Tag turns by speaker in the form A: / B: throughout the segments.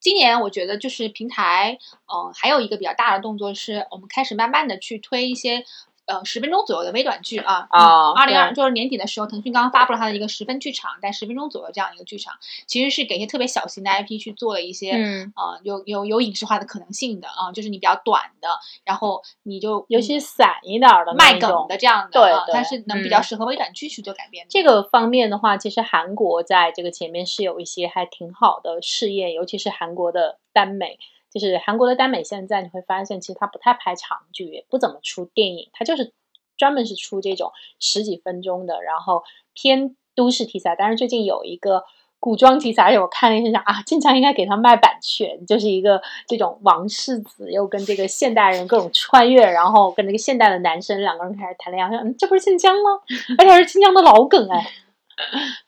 A: 今年我觉得就是平台，嗯、还有一个比较大的动作是，我们开始慢慢的去推一些，呃，十分钟左右的微短剧啊。
B: 哦
C: 啊
A: 二零二就是年底的时候，腾讯刚刚发布了它的一个十分剧场，在十分钟左右这样一个剧场，其实是给一些特别小型的 IP 去做了一些，
C: 嗯，
A: 啊，有有有影视化的可能性的啊、就是你比较短的，然后你就
B: 尤其散一点儿的
A: 嗯
B: 那
A: 卖
B: 一
A: 梗
B: 种
A: 的这样的，
B: 对
A: 啊
B: 对嗯
A: 它是能比较适合微短剧去做改编的。
B: 这个方面的话，其实韩国在这个前面是有一些还挺好的试验，尤其是韩国的耽美。就是韩国的耽美，现在你会发现，其实它不太拍长剧，也不怎么出电影，它就是专门是出这种十几分钟的，然后偏都市题材。但是最近有一个古装题材，我看了一下想啊，晋江应该给它卖版权，就是一个这种王世子又跟这个现代人各种穿越，然后跟这个现代的男生两个人开始谈恋爱，我想嗯，这不是晋江吗？而且还是新疆的老梗哎。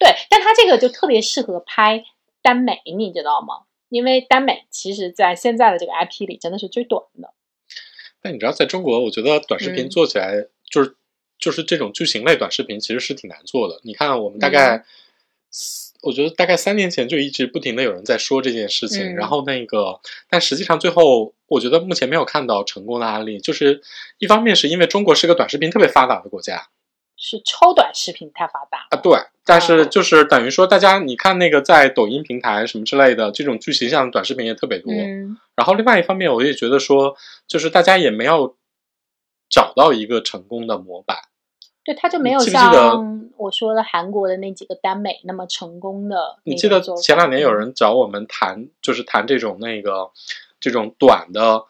B: 对，但它这个就特别适合拍耽美，你知道吗？因为耽美其实在现在的这个 IP 里真的是最短的。
D: 但你知道，在中国，我觉得短视频
C: 嗯
D: 做起来就是、就是这种剧情类短视频，其实是挺难做的。你看，我们大概、
C: 嗯
D: 我觉得大概三年前就一直不停的有人在说这件事情，
C: 嗯
D: 然后那个，但实际上最后，我觉得目前没有看到成功的案例。就是一方面是因为中国是个短视频特别发达的国家，
B: 是超短视频太发达，
D: 啊，对，但是就是等于说，大家你看那个在抖音平台什么之类的这种剧情向的短视频也特别多。
C: 嗯
D: 然后另外一方面，我也觉得说，就是大家也没有找到一个成功的模板。
B: 对，它就没有
D: 你记不记得
B: 像我说的韩国的那几个耽美那么成功的那
D: 你记
B: 种
D: 得
B: 做法。嗯
D: 前两年有人找我们谈，就是谈这种那个这种短的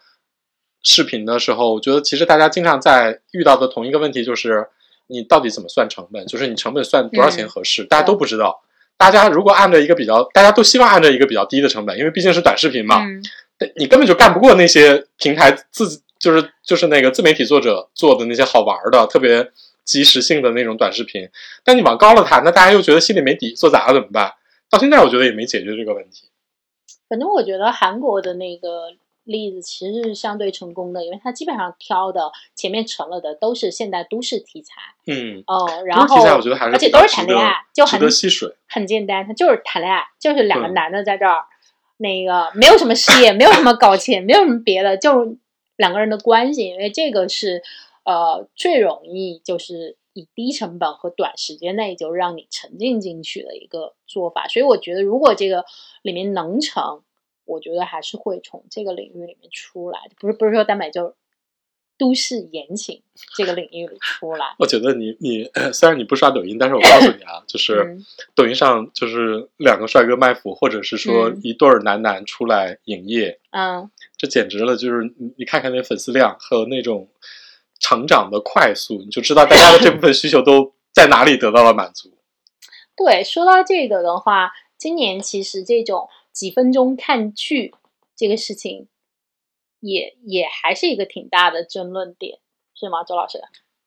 D: 视频的时候，我觉得其实大家经常在遇到的同一个问题就是，你到底怎么算成本？就是你成本算多少钱合适？大家都不知道。大家如果按照一个比较，大家都希望按照一个比较低的成本，因为毕竟是短视频嘛，
C: 嗯
D: 但你根本就干不过那些平台自己就是就是那个自媒体作者做的那些好玩儿的、特别即时性的那种短视频。但你往高了谈，那大家又觉得心里没底，做砸了怎么办？到现在我觉得也没解决这个问题。
B: 反正我觉得韩国的那个例子其实是相对成功的，因为它基本上挑的前面成了的都是现代都市题材，
D: 嗯，
B: 哦，然
D: 都
B: 后
D: 是题材我觉得还是
B: 而且
D: 比较
B: 都是
D: 值
B: 谈
D: 得
B: 恋爱，就
D: 值
B: 很
D: 得吸水。
B: 很简单，他就是谈恋爱，就是两个
D: 对
B: 男的在这儿，那个没有什么事业，没有什么搞钱，没有什么别的，就是两个人的关系，因为这个是呃最容易就是以低成本和短时间内就让你沉浸进去的一个做法，所以我觉得如果这个里面能成，我觉得还是会从这个领域里面出来，不是不是说耽美就是都市言情这个领域里出来。
D: 我觉得你你虽然你不刷抖音，但是我告诉你啊，就是
C: 嗯
D: 抖音上就是两个帅哥卖腐，或者是说
C: 嗯
D: 一对儿男男出来营业，
B: 嗯，
D: 这简直了！就是你你看看那粉丝量和那种成长的快速，你就知道大家的这部分需求都在哪里得到了满 足。
B: 对，说到这个的话，今年其实这种几分钟看剧这个事情也，也还是一个挺大的争论点，是吗，周老师？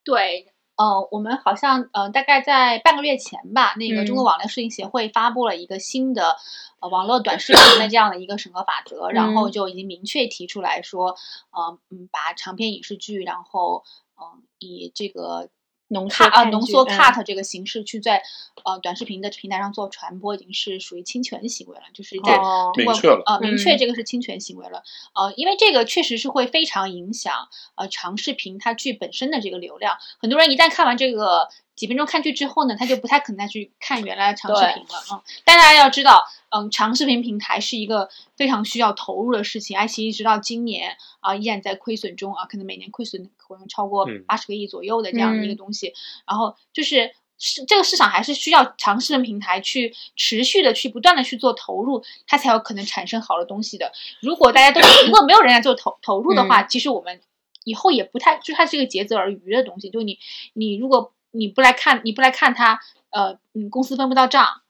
A: 对，呃，我们好像呃，大概在半个月前吧，那个
C: 嗯
A: 中国网络视听协会发布了一个新的、呃网络短视频的这样的一个审核法则，然后
C: 嗯
A: 就已经明确提出来说，呃，嗯，把长篇影视剧，然后嗯、呃以这个。
B: 浓
A: 卡
B: 缩
A: 啊，
B: 看
A: 浓
B: 剧
A: 缩
B: 嗯
A: cut 这个形式去在呃短视频的平台上做传播，已经是属于侵权行为了，就是在
B: 哦
A: 通
D: 明
A: 过
D: 确了
A: 呃，明确
C: 嗯
A: 这个是侵权行为了。呃，因为这个确实是会非常影响呃长视频它剧本身的这个流量。很多人一旦看完这个几分钟看剧之后呢，他就不太可能再去看原来的长视
B: 对
A: 频了。嗯，但大家要知道，嗯，长视频平台是一个非常需要投入的事情。爱奇艺直到今年啊、依然在亏损中啊，可能每年亏损可能超过
D: 嗯
A: 八十个亿左右的这样的一个
C: 嗯
A: 东西。然后就是市这个市场还是需要长视频平台去持续的去不断的去做投入，它才有可能产生好的东西的。如果大家都如果没有人来做投投入的话，其实我们以后也不太就它是一个竭泽而渔的东西。就你你如果你不来看你不来看它，呃，你公司分不到账。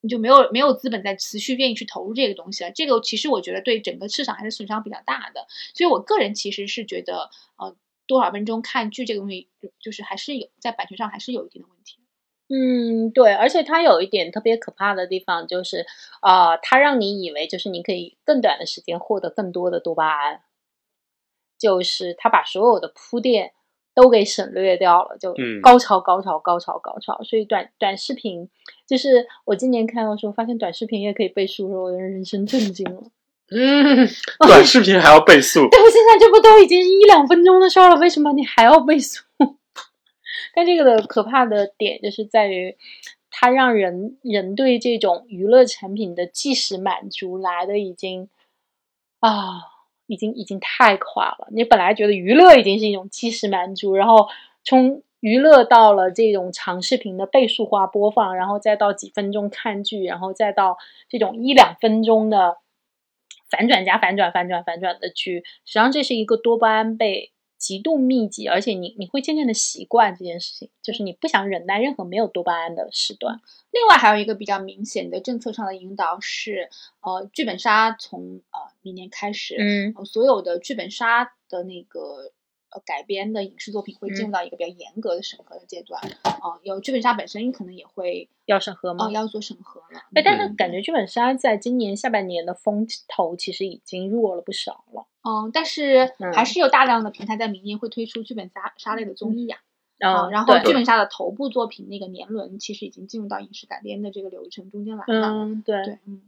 A: 你就没有没有资本在持续愿意去投入这个东西了，这个其实我觉得对整个市场还是损伤比较大的。所以我个人其实是觉得，呃，多少分钟看剧这个东西，就就是还是有在版权上还是有一定的问题。
B: 嗯，对，而且它有一点特别可怕的地方就是，呃，它让你以为就是你可以更短的时间获得更多的多巴胺，就是它把所有的铺垫都给省略掉了，就
D: 嗯
B: 高潮、高潮、高潮、高潮。所以短短视频，就是我今年看到的时候，发现短视频也可以背书了，我有点人生震惊了。 嗯，
D: 短视频还要倍速，
B: 对我心想，这不都已经一两分钟的事儿了，为什么你还要倍速？ 但这个的可怕的点就是在于，它让人人对这种娱乐产品的即时满足来的已经啊，已经已经太快了。你本来觉得娱乐已经是一种即时满足，然后从娱乐到了这种长视频的倍速化播放，然后再到几分钟看剧，然后再到这种一两分钟的反转加反转、反转、反转的剧，实际上这是一个多巴胺被极度密集，而且你你会渐渐的习惯这件事情，就是你不想忍耐任何没有多巴胺的时段。
A: 另外还有一个比较明显的政策上的引导是，呃，剧本杀从呃明年开始，
B: 嗯
A: 呃所有的剧本杀的那个呃改编的影视作品会
B: 嗯
A: 进入到一个比较严格的审核的阶段，啊、有剧本杀本身可能也会
B: 要审核吗
A: 哦、要做审核了。
B: 哎，但是
D: 嗯
B: 感觉剧本杀在今年下半年的风头其实已经弱了不少了。
A: 嗯，但是
B: 嗯
A: 还是有大量的平台在明年会推出剧本杀杀类的综艺呀、啊，
B: 嗯，
A: 然后
B: 对
A: 剧本杀的头部作品那个年轮其实已经进入到影视改编的这个流程中间来了。
B: 嗯，对，
A: 对，嗯，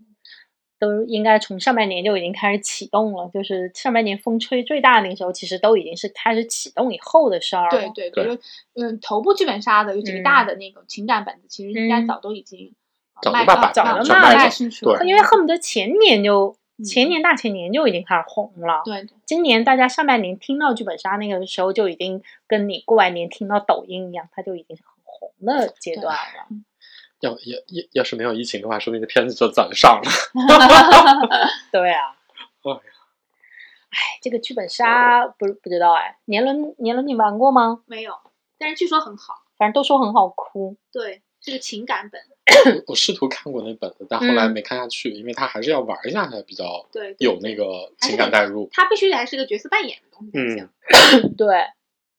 B: 都应该从上半年就已经开始启动了，就是上半年风吹最大的那时候，其实都已经是开始启动以后的事儿了。
A: 对对对，
D: 对
A: 就嗯，头部剧本杀的有几个
B: 嗯
A: 大的那个情感本子，其实应该
B: 嗯
A: 早都已经呃
D: 早就
A: 卖
D: 把
A: 呃
D: 版
B: 早
A: 卖
B: 就
A: 早
B: 卖
A: 卖
D: 了
A: 出去了，
D: 对
B: 因为恨不得前年就、
A: 嗯
B: 前年大前年就已经开始红了。
A: 对对
B: 今年大家上半年听到剧本杀那个时候，就已经跟你过完年听到抖音一样，它就已经是很红的阶段了。
D: 要要要要是没有疫情的话，说不定这片子就早就上了。
B: 对啊，
D: 哎呀
B: 哎，这个剧本杀不不知道哎，年轮年轮你玩过吗？
A: 没有，但是据说很好，
B: 反正都说很好哭。
A: 对，是个情感本，
D: 我我试图看过那本子，但后
A: 嗯
D: 来没看下去，因为它还是要玩一下才比较
A: 对，对
D: 有
A: 对
D: 那个
A: 还是
D: 情感
A: 得
D: 代入。
A: 它必须得还是个角色扮演的东西才行。
D: 嗯
B: 对，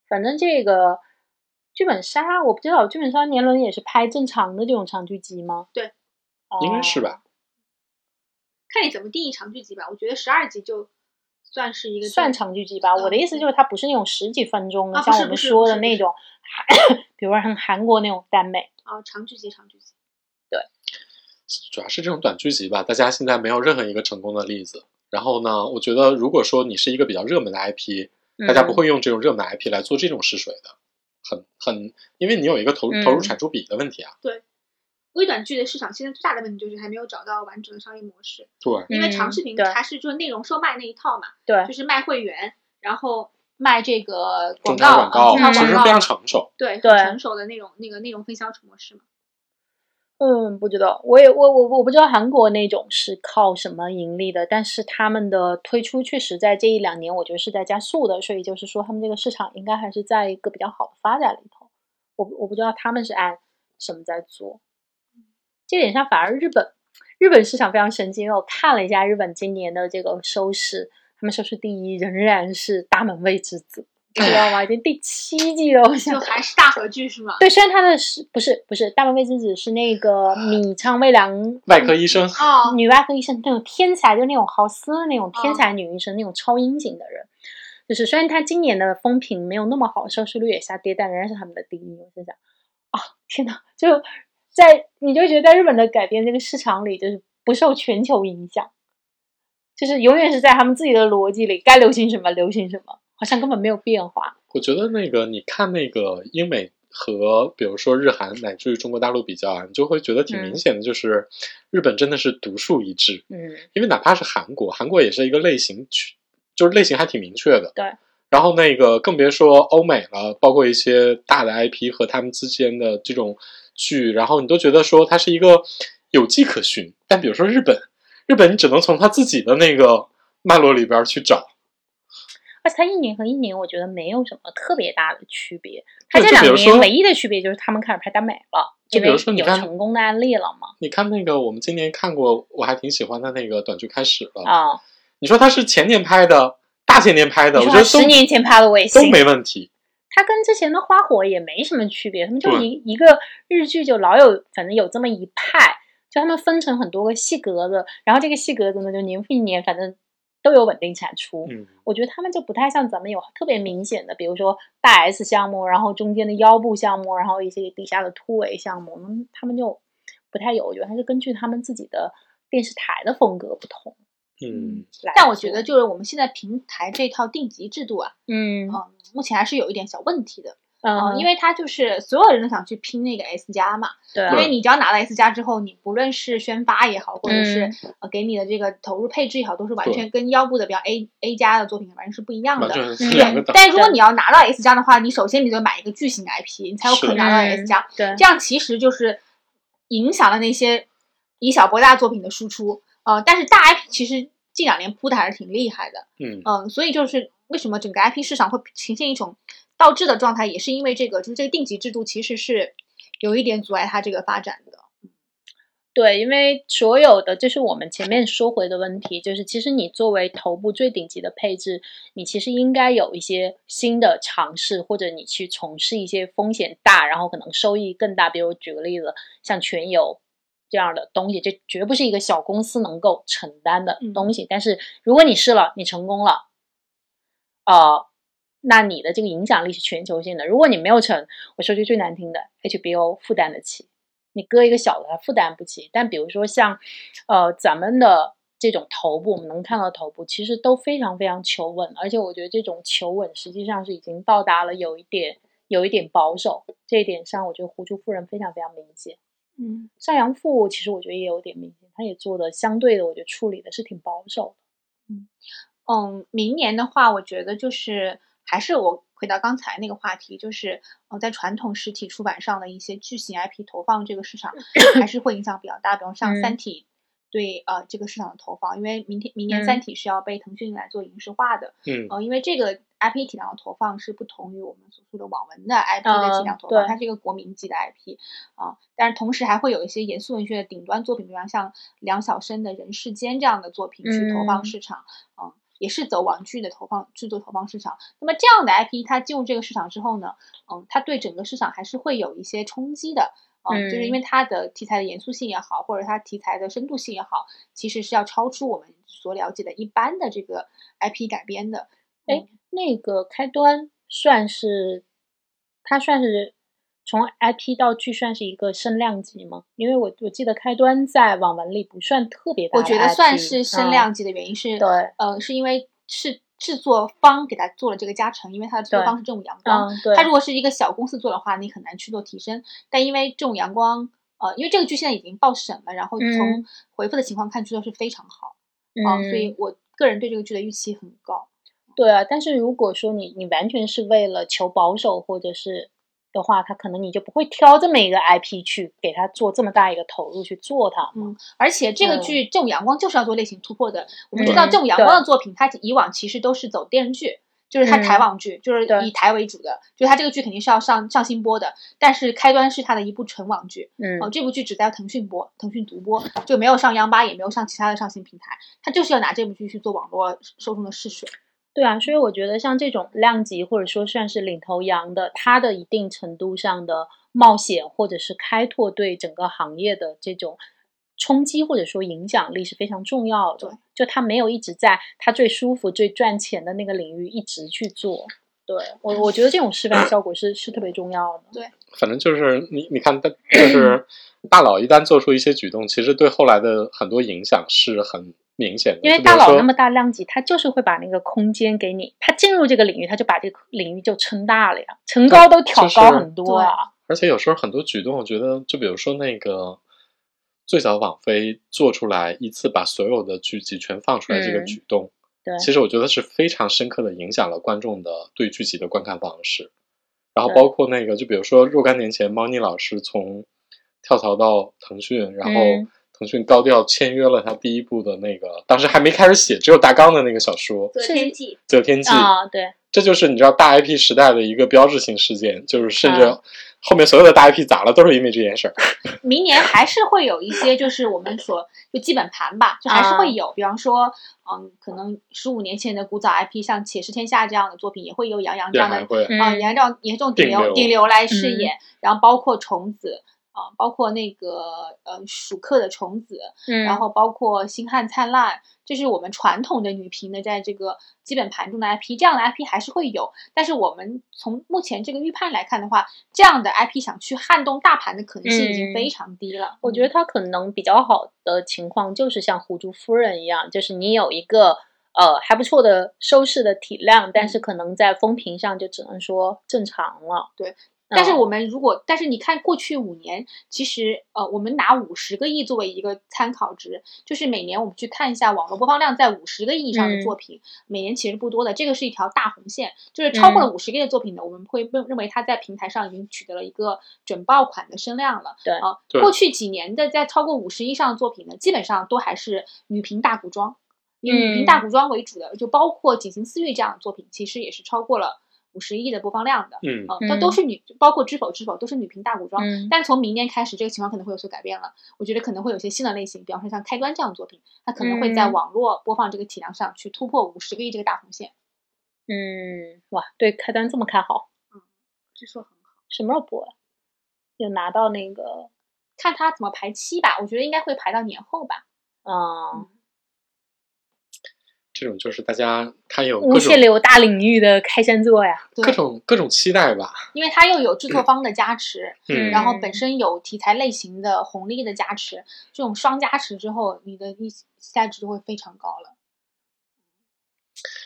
B: 反正这个剧本杀我不知道，剧本杀年轮也是拍正常的这种长剧集吗？
A: 对，
B: 哦、
D: 应该是吧？
A: 看你怎么定义长剧集吧。我觉得十二集就算是一个
B: 算
A: 正
B: 长剧集吧。我的意思就是，它不是那种十几分钟的，
A: 啊不
B: 像
A: 是
B: 我们
A: 不是
B: 说
A: 不
B: 的
A: 是
B: 那种，比如说像韩 国那种耽美。
A: 啊长剧集长剧集。
D: 主要是这种短剧集吧，大家现在没有任何一个成功的例子。然后呢，我觉得如果说你是一个比较热门的 IP，大
B: 嗯
A: 嗯
D: 家不会用这种热门的 IP 来做这种试水的，很很，因为你有一个投
B: 嗯
D: 投入产出比的问题啊。
A: 微短剧的市场现在最大的问题就是还没有找到完整的商业模式，
D: 对，
A: 因为
B: 嗯
A: 长视频
B: 对
A: 它是就是内容售卖那一套嘛，
B: 对
A: 就是卖会员，然后卖这个
D: 中
A: 广告
D: 插广告
A: 啊，
D: 嗯其
A: 中
D: 实
A: 插
D: 非
A: 广告，
D: 常成熟。
A: 对，
B: 对
A: 很成熟的那种那个内容分销模式嘛。
B: 嗯，不知道，我也我我我不知道韩国那种是靠什么盈利的，但是他们的推出确实在这一两年，我觉得是在加速的，所以就是说他们这个市场应该还是在一个比较好的发展里头。我不我不知道他们是按什么在做，这点上反而日本日本市场非常神奇，因为我看了一下日本今年的这个收视，他们收视第一仍然是大门卫之子，你知道吗？已经第七季了，我想
A: 就还是大合剧是吗？
B: 对，虽然他的是不是不是大门卫之子是那个米仓未良
D: 外科医生，
A: 哦，
B: 女外科医生那种天才，就是那种豪斯那种天
A: 哦
B: 才女医生、那种超英型的人。就是虽然她今年的风评没有那么好，收视率也下跌，但仍然是他们的第一。我在想，啊，天哪！就在你就觉得在日本的改编这个市场里，就是不受全球影响，就是永远是在他们自己的逻辑里，该流行什么流行什么，好像根本没有变化。
D: 我觉得那个你看那个英美和比如说日韩乃至于中国大陆比较啊，你就会觉得挺明显的，就是日本真的是独树一帜。
B: 嗯，
D: 因为哪怕是韩国，韩国也是一个类型区，就是类型还挺明确的。
B: 对。
D: 然后那个更别说欧美了，包括一些大的 IP 和他们之间的这种剧，然后你都觉得说它是一个有迹可循。但比如说日本，日本你只能从他自己的那个脉络里边去找。
B: 而且它一年和一年，我觉得没有什么特别大的区别。它这
D: 就比
B: 两
D: 如说
B: 年唯一的区别就是他们开始拍耽美了，
D: 就
B: 因
D: 比
B: 为
D: 如说你
B: 有
D: 看
B: 成功的案例了嘛。
D: 你看那个，我们今年看过，我还挺喜欢的那个短剧开始了。
B: 啊，
D: 你说它是前年拍的，大前年哦拍的，
B: 你说
D: 我觉
B: 他
D: 得
B: 十
D: 都
B: 年前拍的我也
D: 都
B: 信。
D: 没问题。
B: 它跟之前的花火也没什么区别，他们就
D: 对
B: 一一个日剧就老有，反正有这么一派，就他们分成很多个细格子，然后这个细格子呢就年复一年，反正都有稳定产出。
D: 嗯，
B: 我觉得他们就不太像咱们有特别明显的，比如说大 S 项目，然后中间的腰部项目，然后一些底下的突围项目，嗯他们就不太有。我觉得还是根据他们自己的电视台的风格不同。
D: 嗯，
B: 来
A: 但我觉
B: 做
A: 得就是我们现在平台这套定级制度啊，
B: 嗯
A: 嗯，目前还是有一点小问题的，嗯，
B: 嗯，
A: 因
B: 为
A: 为它就是所有人都想去拼那个 S 加嘛，
B: 对啊
A: 因为你只要拿了 S 加之后，你不论是宣发也好，或者是
B: 嗯
A: 呃给你的这个投入配置也好，都是完
D: 对
A: 全跟腰部的，比方 A A 加的作品完全是不一样的
D: 完。全
B: 嗯
D: 是两个档。
A: 但如果你要拿到 S 加的话，你首先你就买一个巨型的 IP，你才有可能
D: 是
A: 拿到 S 加。，
B: 嗯对
A: 这样其实就是影响了那些以小博大作品的输出。呃，但是大 IP 其实近两年铺的还是挺厉害的。
D: 嗯，
B: 哦
A: 嗯，所以就是为什么整个 IP 市场会呈现一种倒置的状态，也是因为这个，就是这个定级制度其实是有一点阻碍它这个发展的。
B: 对，因为所有的就是我们前面说回的问题，就是其实你作为头部最顶级的配置，你其实应该有一些新的尝试，或者你去从事一些风险大，然后可能收益更大。比如举个例子，像全游这样的东西，这绝不是一个小公司能够承担的
A: 嗯
B: 东西。但是如果你试了，你成功了，呃，那你的这个影响力是全球性的。如果你没有成，我说句最难听的，HBO 负担得起。你搁一个小的，它负担不起。但比如说像，呃，咱们的这种头部，我们能看到头部，其实都非常非常求稳，而且我觉得这种求稳实际上是已经到达了有一点有一点保守这一点上，我觉得狐狸夫人非常非常明显。
A: 嗯，
B: 上阳赋其实我觉得也有点明显，他也做的相对的，我觉得处理的是挺保守
A: 嗯，明年的话，我觉得就是还是我回到刚才那个话题，就是呃，在传统实体出版上的一些巨型 IP 投放这个市场，还是会影响比较大。比方像
B: 嗯
A: 《三体》对呃这个市场的投放，因为明天明年《三
B: 嗯
A: 体》是要被腾讯来做影视化的，
D: 嗯，
A: 呃，因为这个 IP 体量的投放是不同于我们所说的网文的 IP 的体
B: 嗯
A: 量投放，
B: 对
A: 它是一个国民级的 IP 啊、但是同时还会有一些严肃文学的顶端作品，比方像梁晓声的《人世间》这样的作品去投放
B: 嗯
A: 市场，嗯、也是走网剧的投放制作投放市场。那么这样的 IP 它进入这个市场之后呢，嗯，它对整个市场还是会有一些冲击的。嗯，就是因为它的题材的严肃性也好，或者它题材的深度性也好，其实是要超出我们所了解的一般的这个 IP 改编的。
B: 哎那个开端算是，它算是从 IP 到剧算是一个声量级吗？因为我我记得开端在网文里不算特别大
A: 我
B: 的 IP，
A: 觉得算是声量
B: 呃嗯
A: 级的原因是，
B: 对，
A: 呃，是因为是制作方给他做了这个加成，因为他的制作
B: 对
A: 方是正午阳光，
B: 嗯，对，
A: 他如果是一个小公司做的话，你很难去做提升。但因为正午阳光，呃，因为这个剧现在已经报审了，然后从
B: 嗯
A: 回复的情况看，制作是非常好
B: 嗯
A: 啊、所以我个人对这个剧的预期很高。
B: 对啊。但是如果说你你完全是为了求保守或者是的话，他可能你就不会挑这么一个 IP 去给他做这么大一个投入去做它嘛。
A: 嗯而且这个
B: 嗯
A: 剧《正午阳光》就是要做类型突破的。我们知道
B: 嗯
A: 正午阳光
B: 对
A: 的作品，它以往其实都是走电视剧，就是它台
B: 嗯
A: 网剧，就是
B: 对
A: 以台为主的，就是它这个剧肯定是要上上新播的。但是开端是它的一部纯网剧，
B: 嗯
A: 哦，这部剧只在腾讯播，腾讯独播，就没有上央八，也没有上其他的上新平台，它就是要拿这部剧去做网络受众的试水。
B: 对啊，所以我觉得像这种量级或者说算是领头羊的，它的一定程度上的冒险或者是开拓对整个行业的这种冲击或者说影响力是非常重要
A: 对
B: 的。就它没有一直在它最舒服、最赚钱的那个领域一直去做。对我，我觉得这种示范效果是是特别重要的。
D: 反正就是你你看，他就是大佬一旦做出一些举动，其实对后来的很多影响是很明显的。
B: 因为
D: 就比
B: 大
D: 如
B: 佬
D: 说
B: 那么大量级，他就是会把那个空间给你，他进入这个领域，他就把这个领域就撑大了呀，层高都挑
D: 就是
B: 高很多啊。
D: 而且有时候很多举动，我觉得，就比如说那个最早网飞做出来一次把所有的剧集全放出来这个
B: 嗯
D: 举动，
B: 对，
D: 其实我觉得是非常深刻的影响了观众的对剧集的观看方式。然后
B: 对
D: 包括那个，就比如说若干年前，猫腻老师从跳槽到腾讯，然后
B: 嗯
D: 腾讯高调签约了他第一部的那个，当时还没开始写，只有大纲的那个小说《
A: 择天记，
D: 择天记》
B: 啊、对，
D: 这就是你知道大 IP 时代的一个标志性事件，就是甚至
B: 啊
D: 后面所有的大 IP 砸了都是因为这件事儿。
A: 明年还是会有一些，就是我们所就基本盘吧，就还是会有，比方说，嗯，可能十五年前的古早 IP，像《且试天下》这样的作品，也会有杨洋这
D: 对，
A: 样
B: 嗯
D: 还
A: 的
D: 会，
A: 啊，杨洋这样也是这种顶
D: 顶
A: 流
D: 流
A: 顶流来饰演，然后包括虫子。啊、包括那个呃蜀客的虫子，
B: 嗯
A: 然后包括《星汉灿烂》，这是我们传统的女频的在这个基本盘中的 IP，这样的 IP 还是会有，但是我们从目前这个预判来看的话，这样的 IP 想去撼动大盘的可能性已
B: 嗯
A: 经非常低了。
B: 我觉得他可能比较好的情况就是像《狐珠夫人》一样，就是你有一个呃还不错的收视的体量，但
A: 嗯
B: 是可能在风评上就只能说正常了。
A: 对
B: 嗯，
A: 但是我们如果，但是你看过去五年，其实呃，我们拿五十个亿作为一个参考值，就是每年我们去看一下网络播放量在五十个亿以上
B: 嗯
A: 的作品，每年其实不多的，这个是一条大红线，就是超
B: 嗯
A: 过了五十个亿的作品呢，我们会认认为它在平台上已经取得了一个准爆款的声量了。
B: 对
A: 啊、
D: 对
A: 过去几年的在超过五十以上的作品呢，基本上都还是女频大古装，以女
B: 嗯
A: 频大古装为主的，就包括《锦行私域》这样的作品，其实也是超过了五十亿的播放量的。
D: 嗯，
A: 嗯，
B: 嗯
A: 它都是女，包括知否知否都是女频大古装。
B: 嗯
A: 但是从明年开始，这个情况可能会有所改变了。我觉得可能会有些新的类型，比方说像开端这样的作品，它可能会在
B: 嗯
A: 网络播放这个体量上去突破五十个亿这个大红线。
B: 嗯，哇，对开端这么看好，
A: 据说很好，
B: 什么时候播呀、有拿到那个
A: 看它怎么排期吧。我觉得应该会排到年后吧。
B: 嗯
D: 这种就是大家他有
B: 无
D: 各种
B: 限流大领域的开山作呀？
A: 对
D: 各，种各种期待吧，
A: 因为它又有制作方的加持，
D: 嗯
A: 然后本身有题材类型的红利的加持，这种双加持之后，你的一期待值就会非常高了。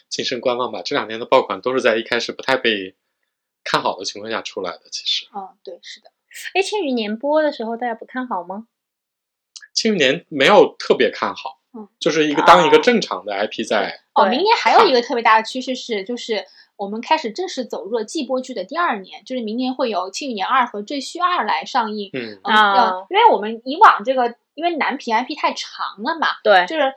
D: 谨慎观望吧。这两年的爆款都是在一开始不太被看好的情况下出来的。其实《
A: 嗯，对，是的，
B: 哎，《庆余年》播的时候大家不看好吗？
D: 庆余年》没有特别看好，
A: 嗯
D: 就是一个
B: 啊
D: 当一个正常的 IP 在，
A: 哦，
B: 对
A: 明年还有一个特别大的趋势是，就是我们开始正式走入了季播剧的第二年，就是明年会有《庆余年二》和《赘婿二》来上映。
D: 嗯
A: 嗯，
B: 啊
A: 要因为我们以往这个，因为男频 IP 太长了嘛，
B: 对，
A: 就是。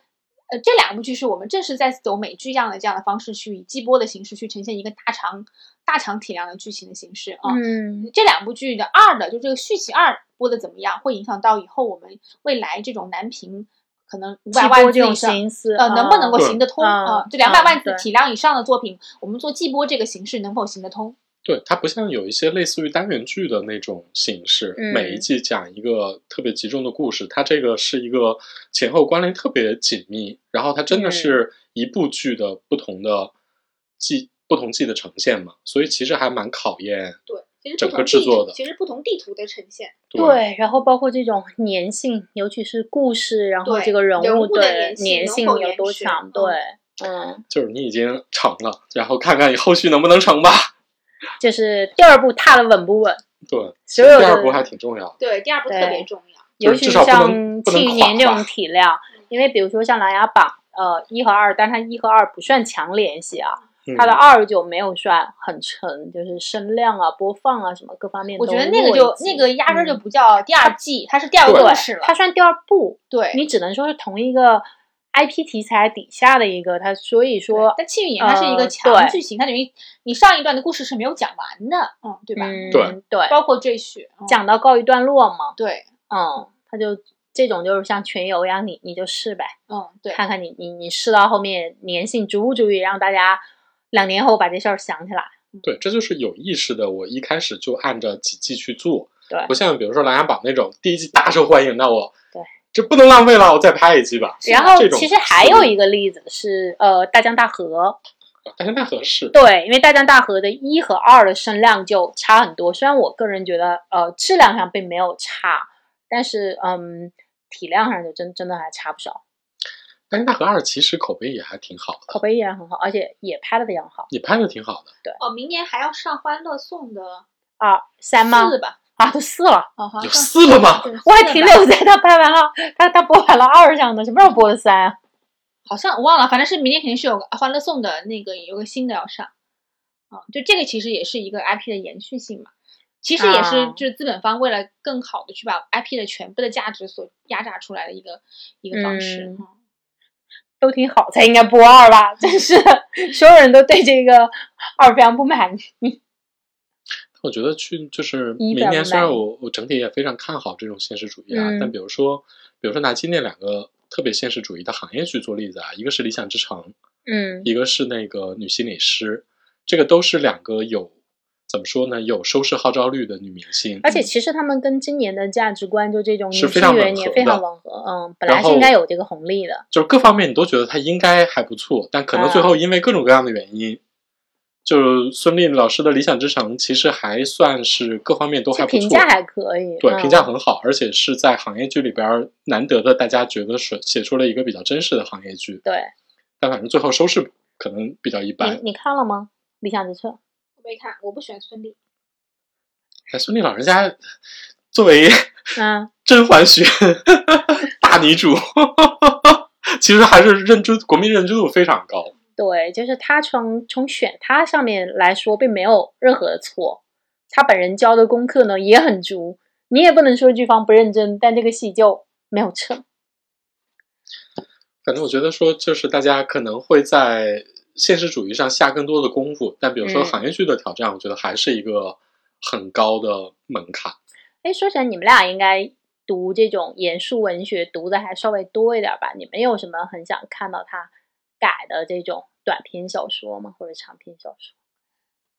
A: 呃，这两部剧是我们正式在走美剧一样的这样的方式去以季播的形式去呈现一个大长、大长体量的剧情的形式啊。
B: 嗯
A: 这两部剧的二的，就这个续集二播的怎么样，会影响到以后我们未来这种男频可能五百
B: 季
A: 万
B: 播
A: 字
B: 这
A: 以
B: 种
A: 上
B: 心思
A: 呃，能不能够
D: 对
A: 行得通
B: 嗯
A: 啊？这两百
B: 嗯
A: 万字
B: 对
A: 体量以上的作品，我们做季播这个形式能否行得通？
D: 对，它不像有一些类似于单元剧的那种形式，
B: 嗯
D: 每一季讲一个特别集中的故事，它这个是一个前后关联特别紧密，然后它
B: 嗯
D: 真的是一部剧的不同的季、不同季的呈现嘛，所以其实还蛮考验
A: 对，其实
D: 整个制作的
A: 其实不同地图的呈现，
B: 对，然后包括这种粘性，尤其是故事，然后
A: 对
B: 这个人
A: 人
B: 物
A: 物的
B: 对
A: 粘性能
B: 粘性
A: 否
B: 有
A: 延
B: 多
A: 续
B: 强？
A: 嗯
B: 对，嗯，
D: 就是你已经成了，然后看看你后续能不能成吧。
B: 就是第二步踏的稳不稳？
D: 对，
B: 所有
D: 第二
B: 的
D: 部还挺重要的。
A: 对，第二部
B: 特别
A: 重要。
D: 就
B: 尤
D: 是
B: 其
D: 至
B: 是
D: 少不
B: 像《
D: 能不能
B: 庆余
D: 垮
B: 年》这
D: 吧
B: 种体量，因为比如说像《琅琊榜》，呃，一和二，但它一和二不算强联系啊，
D: 嗯
B: 它的二就没有算很沉，就是声量啊、播放啊什么各方面都
A: 我
B: 弱
A: 觉
B: 一
A: 得
B: 些。嗯
A: 那个就那个压根儿就不叫第二季，它是第二个
D: 对
A: 故事了。
B: 它算第二部，
A: 对，
B: 你只能说是同一个 IP 题材底下的一个，它所以说
A: 对但《庆余年》它是一
B: 呃
A: 个
B: 对
A: 强剧情，它等于你上一段的故事是没有讲完的，嗯，对吧？
B: 嗯
D: 对
B: 对，
A: 包括赘婿，嗯
B: 讲到告一段落嘛，
A: 对，
B: 嗯，他就这种就是像全游一样，你你就试呗，
A: 嗯，对，
B: 看看你你你试到后面粘性足不足以让大家两年后把这事儿想起来。
D: 对，这就是有意识的。我一开始就按照几季去做，
B: 对
D: 不像比如说《琅琊榜》那种第一季大受欢迎，那我
B: 对
D: 这不能浪费了，我再拍一季吧。
B: 然后
D: 这种
B: 其实还有一个例子是呃大江大河，
D: 但是那合适，
B: 对，因为大江大河的一和二的声量就差很多，虽然我个人觉得呃质量上并没有差，但是嗯体量上就真真的还差不少，
D: 但是那和二其实口碑也还挺好的，
B: 口碑依然很好，而且也拍的非常好。
D: 也拍的挺好的。
A: 哦，明年还要上《欢乐颂》的
B: 二啊三吗？
A: 四吧？
B: 啊，都四了。
A: 哦，好
D: 有
A: 像上
D: 四了吗？
A: 对
B: 我还
A: 四
B: 停
A: 吧
B: 留在他拍完了，他他播完了二上的，什么时候播的三啊？
A: 好像我忘了，反正是明年肯定是有个《啊欢乐颂》的那个有个新的要上，啊、就这个其实也是一个 IP 的延续性嘛，其实也是
B: 啊
A: 就是资本方为了更好的去把 IP 的全部的价值所压榨出来的一个一个方式。啊
B: 嗯都挺好，才应该播二吧？真是， 所有人都对这个二非常不满意。
D: 我觉得去就是
B: 一
D: 明
B: 本
D: 年，虽
B: 卖
D: 然我我整体也非常看好这种现实主义啊，
B: 嗯
D: 但比如说，比如说拿今天两个特别现实主义的行业去做例子啊，一个是理想之城，
B: 嗯
D: 一个是那个女心理师，这个都是两个有怎么说呢，有收视号召率的女明星。
B: 而且其实他们跟今年的价值观就这种女
D: 是非
B: 性
D: 常吻
B: 元年
D: 合
B: 非
D: 的
B: 常吻合，嗯，本来
D: 然
B: 是
D: 后
B: 应该有这个红利的，嗯
D: 就是各方面你都觉得他应该还不错，但可能最后因为各种各样的原因，就是孙俪老师的《理想之城》其实还算是各方面都
B: 其
D: 还
B: 实
D: 不
B: 评
D: 错，
B: 价还可以，
D: 对
B: 嗯
D: 评价很好，而且是在行业剧里边儿难得的，大家觉得是写出了一个比较真实的行业剧，
B: 对。嗯
D: 但反正最后收视可能比较一般。
B: 你你看了吗？理想之车，
A: 我没看，我不喜欢孙俪。
D: 哎，孙俪老师家作为
B: 嗯，
D: 甄嬛学大女主，其实还是认知国民认知度非常高。
B: 对，就是他从从选他上面来说，并没有任何的错。他本人教的功课呢也很足，你也不能说剧方不认真，但这个戏就没有成。
D: 反正我觉得说，就是大家可能会在现实主义上下更多的功夫，但比如说
B: 嗯
D: 行业剧的挑战，我觉得还是一个很高的门槛。
B: 哎，说起来，你们俩应该读这种严肃文学读的还稍微多一点吧？你们有什么很想看到他改的这种短篇小说吗？或者长篇小说？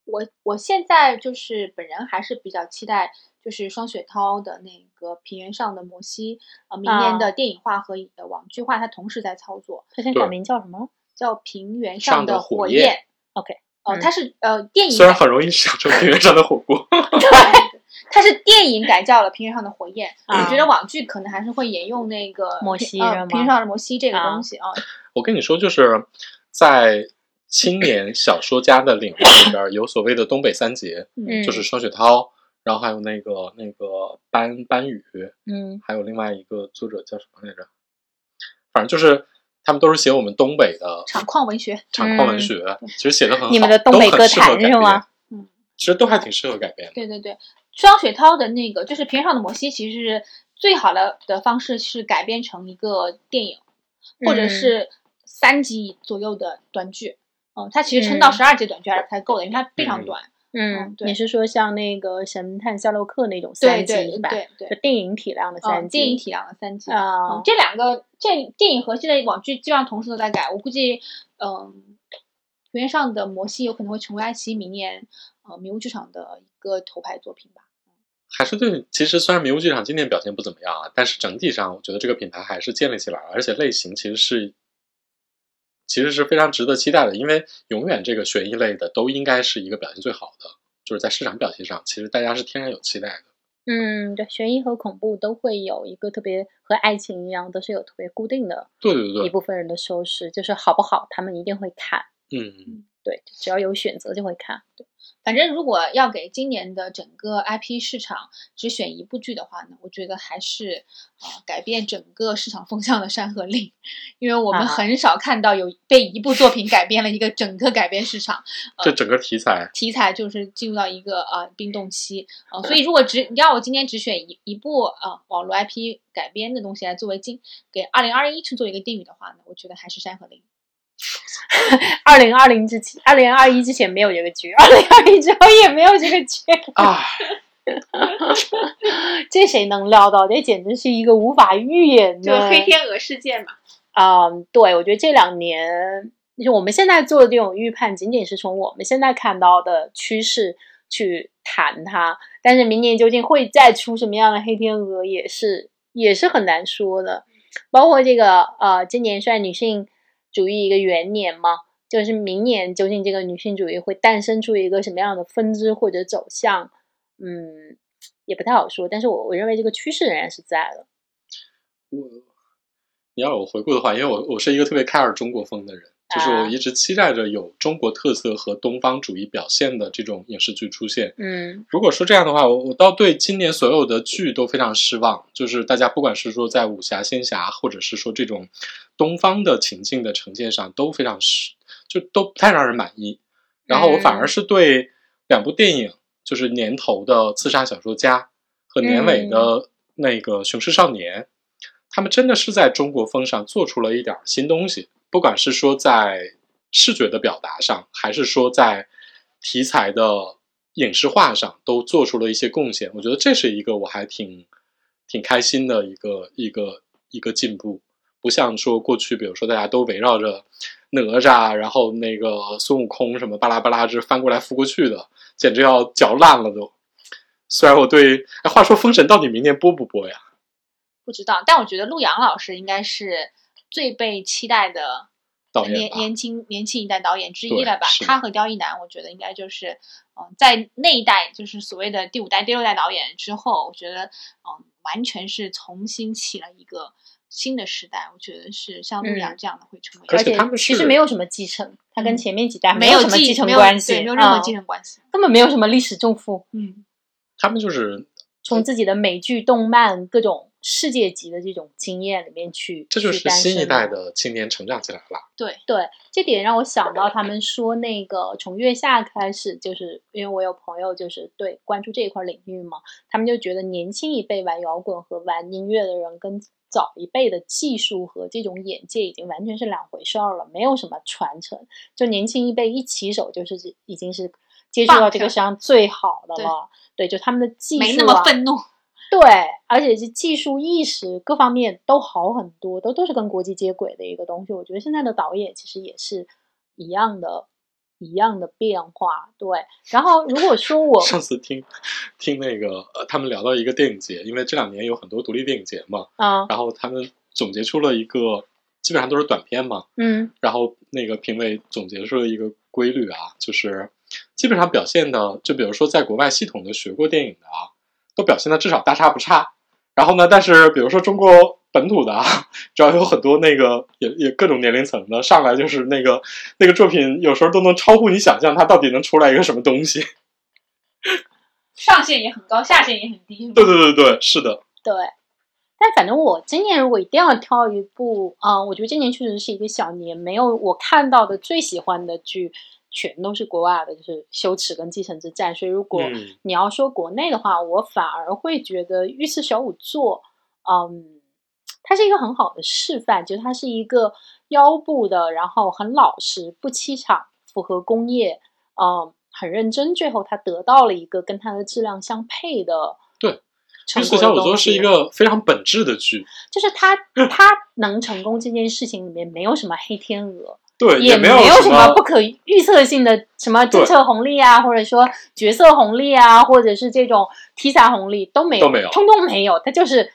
A: 我我现在就是本人还是比较期待，就是双雪涛的那个《平原上的摩西》，呃，明年
B: 啊
A: 的电影化和呃网剧化，它同时在操作，
B: 他现在
D: 对
B: 改名叫什么了？
A: 叫《平原
D: 上
A: 的
D: 的火
A: 火
D: 焰
B: OK，
A: 呃，
B: 嗯
A: 它是呃电影
D: 虽然
A: 改，
D: 很容易想成平原上的火锅，
A: 它是电影改叫了《平原上的火焰》
B: 啊
A: 我觉得网剧可能还是会沿用那个
B: 摩
A: 平
B: 西是
A: 呃
B: 吗
A: 《平原上的摩西》这个
B: 啊
A: 东西啊，
D: 我跟你说，就是在青年小说家的领域里边儿，有所谓的东北三杰，
A: 嗯
D: 就是双雪涛，然后还有那个那个班班宇，
B: 嗯
D: 还有另外一个作者叫什么来着？反正就是他们都是写我们东北的
A: 厂矿文学。
D: 厂矿文学，其实写的很好，
B: 嗯你们的东北歌
D: 都很适合
B: 坛
D: 改
B: 是吗
D: 编？
A: 嗯，
D: 其实都还挺适合改编的。
A: 对对对，双雪涛的那个就是《平原上的摩西》，其实是最好的的方式是改编成一个电影，或者
B: 嗯
A: 是三集左右的短剧。嗯，它其实撑到
B: 嗯
A: 十二集短剧还是不太够的，因为它非常
D: 嗯
A: 短。嗯
B: 嗯，
A: 对
B: 你是说像那个《神探夏洛克》那种
A: 对
B: 三集
A: 对
B: 是吧？
A: 对
B: 就
A: 对，
B: 电影体量的
A: 嗯，
B: 三集。
A: 电影体量的三集。嗯
B: 啊，，
A: 这两个这电影和现在网剧基本上同时都在改，我估计，嗯、平原上的摩西有可能会成为爱奇艺明年呃迷雾剧场的一个头牌作品吧。
D: 还是对，其实虽然迷雾剧场今年表现不怎么样啊，但是整体上我觉得这个品牌还是建立起来了，而且类型其实是其实是非常值得期待的，因为永远这个悬疑类的都应该是一个表现最好的，就是在市场表现上，其实大家是天然有期待的。
B: 嗯，对，悬疑和恐怖都会有一个特别和爱情一样，都是有特别固定的
D: 对对
B: 一
D: 对，
B: 部分人的收视，就是好不好，他们一定会看。
D: 嗯，
B: 对，只要有选择就会看。
A: 反正如果要给今年的整个 IP 市场只选一部剧的话呢，我觉得还是呃改变整个市场风向的《山河令》，因为我们
B: 啊
A: 很少看到有被一部作品改变了一个整个改变市场。
B: 呃
D: 这整个题材
A: 题材就是进入到一个呃冰冻期，呃，所以如果只你要我今天只选一一部呃网络 IP 改编的东西来作为今给二零二一去做一个定语的话呢，我觉得还是《山河令》。
B: 二零二零之前，二零二一之前没有这个剧，二零二一之后也没有这个剧，
D: 啊，
B: 这谁能料到？这简直是一个无法预言的
A: 天鹅事件嘛，
B: 啊、对，我觉得这两年，就是我们现在做的这种预判，仅仅是从我们现在看到的趋势去谈它，但是明年究竟会再出什么样的黑天鹅，也是也是很难说的。包括这个呃，今年算女性主义一个元年嘛，就是明年究竟这个女性主义会诞生出一个什么样的分支或者走向，嗯，也不太好说。但是我我认为这个趋势仍然是在的。
D: 我你要我回顾的话，因为我我是一个特别 care 中国风的人，就是我
B: 啊
D: 一直期待着有中国特色和东方主义表现的这种影视剧出现。
B: 嗯
D: 如果说这样的话，我我倒对今年所有的剧都非常失望。就是大家不管是说在武侠、仙侠，或者是说这种东方的情境的呈现上，都非常失，就都不太让人满意。然后我反而是对两部电影，就是年头的《刺杀小说家》和年尾的那个《雄狮少年》，他们真的是在中国风上做出了一点儿新东西，不管是说在视觉的表达上，还是说在题材的影视化上，都做出了一些贡献。我觉得这是一个我还挺挺开心的一个一个一个进步，不像说过去，比如说大家都围绕着哪吒，然后那个孙悟空什么巴拉巴拉这翻过来覆过去的，简直要嚼烂了都。虽然我对，哎，话说《封神》到底明年播不播呀？
A: 不知道，但我觉得陆阳老师应该是最被期待的
D: 导演
A: 年
D: 吧，
A: 年轻年轻一代导演之一
D: 对
A: 了吧？
D: 是的
A: 他和刁亦男，我觉得应该就是，嗯、在那一代就是所谓的第五代、第六代导演之后，我觉得，嗯、完全是重新起了一个新的时代。我觉得是像陆阳这样的会成为，
D: 而
B: 而
D: 且
B: 且
D: 他们
B: 其
D: 是
B: 实没有什么继承，它
A: 嗯
B: 跟前面几代
A: 没
B: 有什么
A: 继
B: 继承
A: 没有
B: 关系，
A: 对，没有任何
B: 嗯
A: 继承关系。
B: 根本没有什么历史重负，
A: 嗯，
D: 他们就是，
B: 从自己的美剧、动漫各种世界级的这种经验里面去，
D: 这就
B: 去
D: 是
B: 诞生
D: 新一代
B: 了
D: 的青年成长起来了。
B: 对，这点让我想到他们说那个从月下开始，就是因为我有朋友就是对关注这一块领域嘛，他们就觉得年轻一辈玩摇滚和玩音乐的人跟早一辈的技术和这种眼界已经完全是两回事儿了，没有什么传承。就年轻一辈一起手就是已经是接触
A: 棒
B: 到这
A: 跳
B: 个世界上最好的
A: 对
B: 了，对，就他们的技术、啊、
A: 没那么愤怒。
B: 对，而且是技术意识各方面都好很多，都都是跟国际接轨的一个东西。我觉得现在的导演其实也是一样的，一样的变化。对，然后如果说我
D: 上次听听那个、呃他们聊到一个电影节，因为这两年有很多独立电影节嘛，
B: 啊，
D: 然后他们总结出了一个，基本上都是短片嘛，
B: 嗯
D: 然后那个评委总结出了一个规律啊，就是基本上表现的，就比如说在国外系统的学过电影的啊，都表现的至少大差不差。然后呢，但是比如说中国本土的啊，只要有很多那个也也各种年龄层的上来，就是那个那个作品，有时候都能超乎你想象，它到底能出来一个什么东西。
A: 上限也很高，下限也很低，是
D: 对
A: 吗？
D: 对对对，是的，
B: 对。但反正我今年如果一定要挑一部，啊、我觉得今年确实是一个小年，没有我看到的最喜欢的剧，全都是国外的，就是《羞耻》跟《继承之战》。所以如果、
D: 嗯，
B: 你要说国内的话，我反而会觉得《御赐小仵作》，嗯，它是一个很好的示范，就是它是一个腰部的，然后很老实、不欺场、符合工业，嗯，很认真。最后他得到了一个跟它的质量相配的
D: 对
B: 成
D: 《
B: 果的东西。
D: 四小仵作》是一个非常本质的剧，
B: 就是他他能成功这件事情里面没有什么黑天鹅，
D: 对，
B: 也
D: 没
B: 有
D: 什
B: 么不可预测性的什么政策红利啊，或者说角色红利啊，或者是这种题材红利都没有，
D: 都没有
B: 通通没有。他就是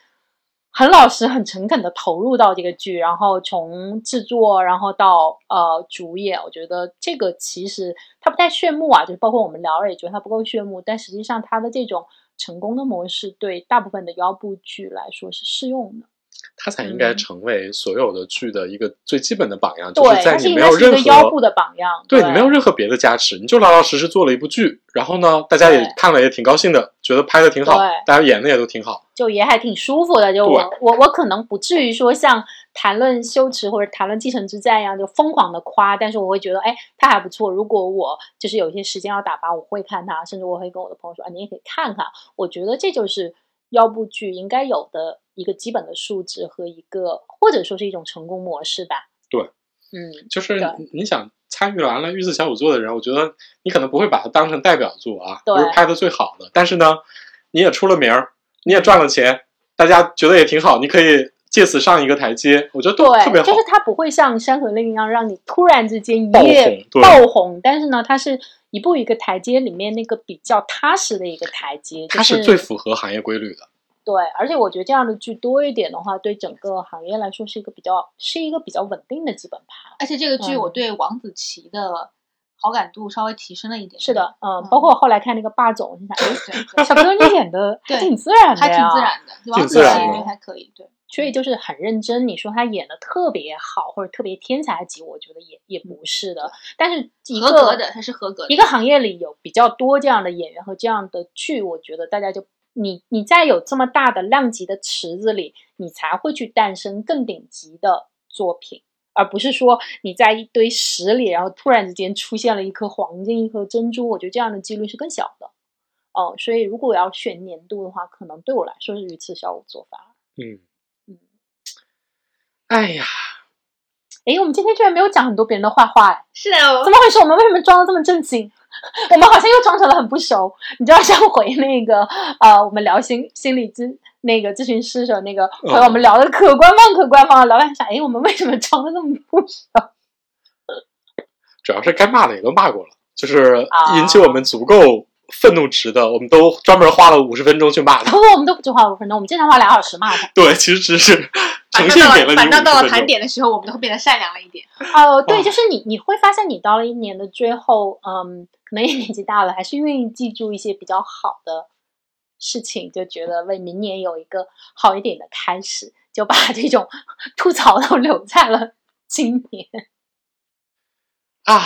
B: 很老实、很诚恳的投入到这个剧，然后从制作，然后到呃主演，我觉得这个其实它不太炫目啊，就是包括我们聊了也觉得它不够炫目，但实际上它的这种成功的模式对大部分的腰部剧来说是适用的。
D: 他才应该
B: 嗯
D: 成为所有的剧的一个最基本的榜样，就
B: 对，
D: 在
B: 它是
D: 你
B: 应
D: 没
B: 该
D: 有
B: 是一
D: 任
B: 个腰部
D: 何
B: 的榜样。
D: 对你没有任何别的加持，你就老老实实做了一部剧，然后呢，大家也
B: 对
D: 看了也挺高兴的，觉得拍的挺好
B: 对，
D: 大家演的也都挺好，
B: 就也还挺舒服的。就
D: 对
B: 我我我可能不至于说像谈论羞耻或者谈论继承之战一样就疯狂的夸，但是我会觉得哎，他还不错。如果我就是有一些时间要打发，我会看他，甚至我会跟我的朋友说啊，你也可以看看。我觉得这就是腰部剧应该有的一个基本的素质和一个或者说是一种成功模式吧。
D: 对，
B: 嗯，
D: 就是
B: 对
D: 你你想参与完了《御赐小仵作》的人，我觉得你可能不会把它当成代表作啊，
B: 对
D: 不是拍的最好的，但是呢，你也出了名儿，你也赚
B: 嗯
D: 了钱，大家觉得也挺好，你可以借此上一个台阶，我觉得都特
B: 对，
D: 别好
B: 就是，它不会像《山河令》一样让你突然之间一
D: 爆
B: 夜
D: 红对
B: 爆红，但是呢，它是一步一个台阶里面那个比较踏实的一个台阶，就
D: 它
B: 是
D: 是最符合行业规律的。
B: 对，而且我觉得这样的剧多一点的话，对整个行业来说是一个比较是一个比较稳定的基本盘。
A: 而且这个剧我
B: 嗯
A: 对王子奇的好感度稍微提升了一点点。
B: 是的，嗯
A: 嗯，
B: 包括我后来看那个霸总，我就想，
A: 对，对
B: 哎，
A: 对
B: 小哥你演的 还
A: 对
B: 挺自然的呀，
A: 还挺自然的，王子
D: 自然
A: 奇
D: 的
A: 觉得还可以，对，
B: 所以就是很认真。你说他演的特别好，或者特别天才级，我觉得也也不是的。但是一个
A: 合格的，他是合格的。
B: 一个行业里有比较多这样的演员和这样的剧，我觉得大家就你你在有这么大的量级的池子里，你才会去诞生更顶级的作品，而不是说你在一堆屎里，然后突然之间出现了一颗黄金、一颗珍珠，我觉得这样的几率是更小的。哦，所以如果我要选年度的话，可能对我来说是鱼刺小五做法。
D: 嗯
B: 嗯，
D: 哎呀，
B: 哎，我们今天居然没有讲很多别人的坏话，哎，
A: 是的，
B: 怎么回事？我们为什么装的这么正经？我们好像又装成了很不熟。你知道上回那个呃，我们聊心心理咨那个咨询师的时候，那个回来我们聊的可官方可官方了，老板想，哎，我们为什么装的那么不熟？
D: 主要是该骂的也都骂过了，就是
B: 啊
A: 哦
D: 引起我们足够愤怒值的，我们都专门花了五十分钟去骂
B: 不
D: 他。
B: 过我们都不就花五分钟，我们经常花俩小时骂他。
D: 对，其实只是
A: 反
D: 诚
A: 倒
D: 信
A: 到
D: 给
A: 了
D: 你
A: 反倒到了
D: 五十
A: 盘
D: 分钟。
A: 点的时候，我们都会变得善良了一点。
B: 哦，对，
D: 哇
B: 就是你你会发现，你到了一年的最后，嗯，可能也年纪大了，还是愿意记住一些比较好的事情，就觉得为明年有一个好一点的开始，就把 这种吐槽都留在了今 年。
D: 啊，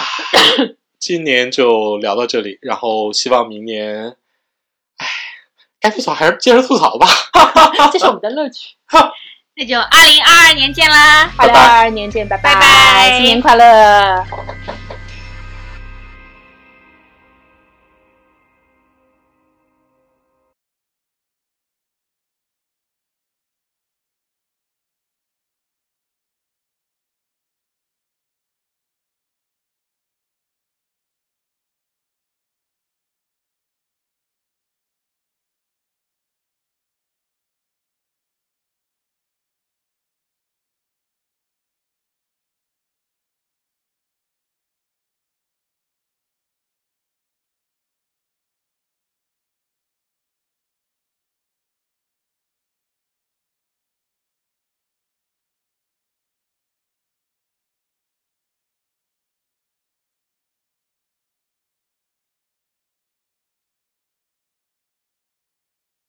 D: 今年就聊到这里，然后希望明年，哎，该吐槽还是接着吐槽吧。
B: 这是我们的乐趣。
A: 那就二零二二年见啦！
B: 二
D: 拜拜
B: 零二二年见，拜
A: 拜拜
B: 新年快乐！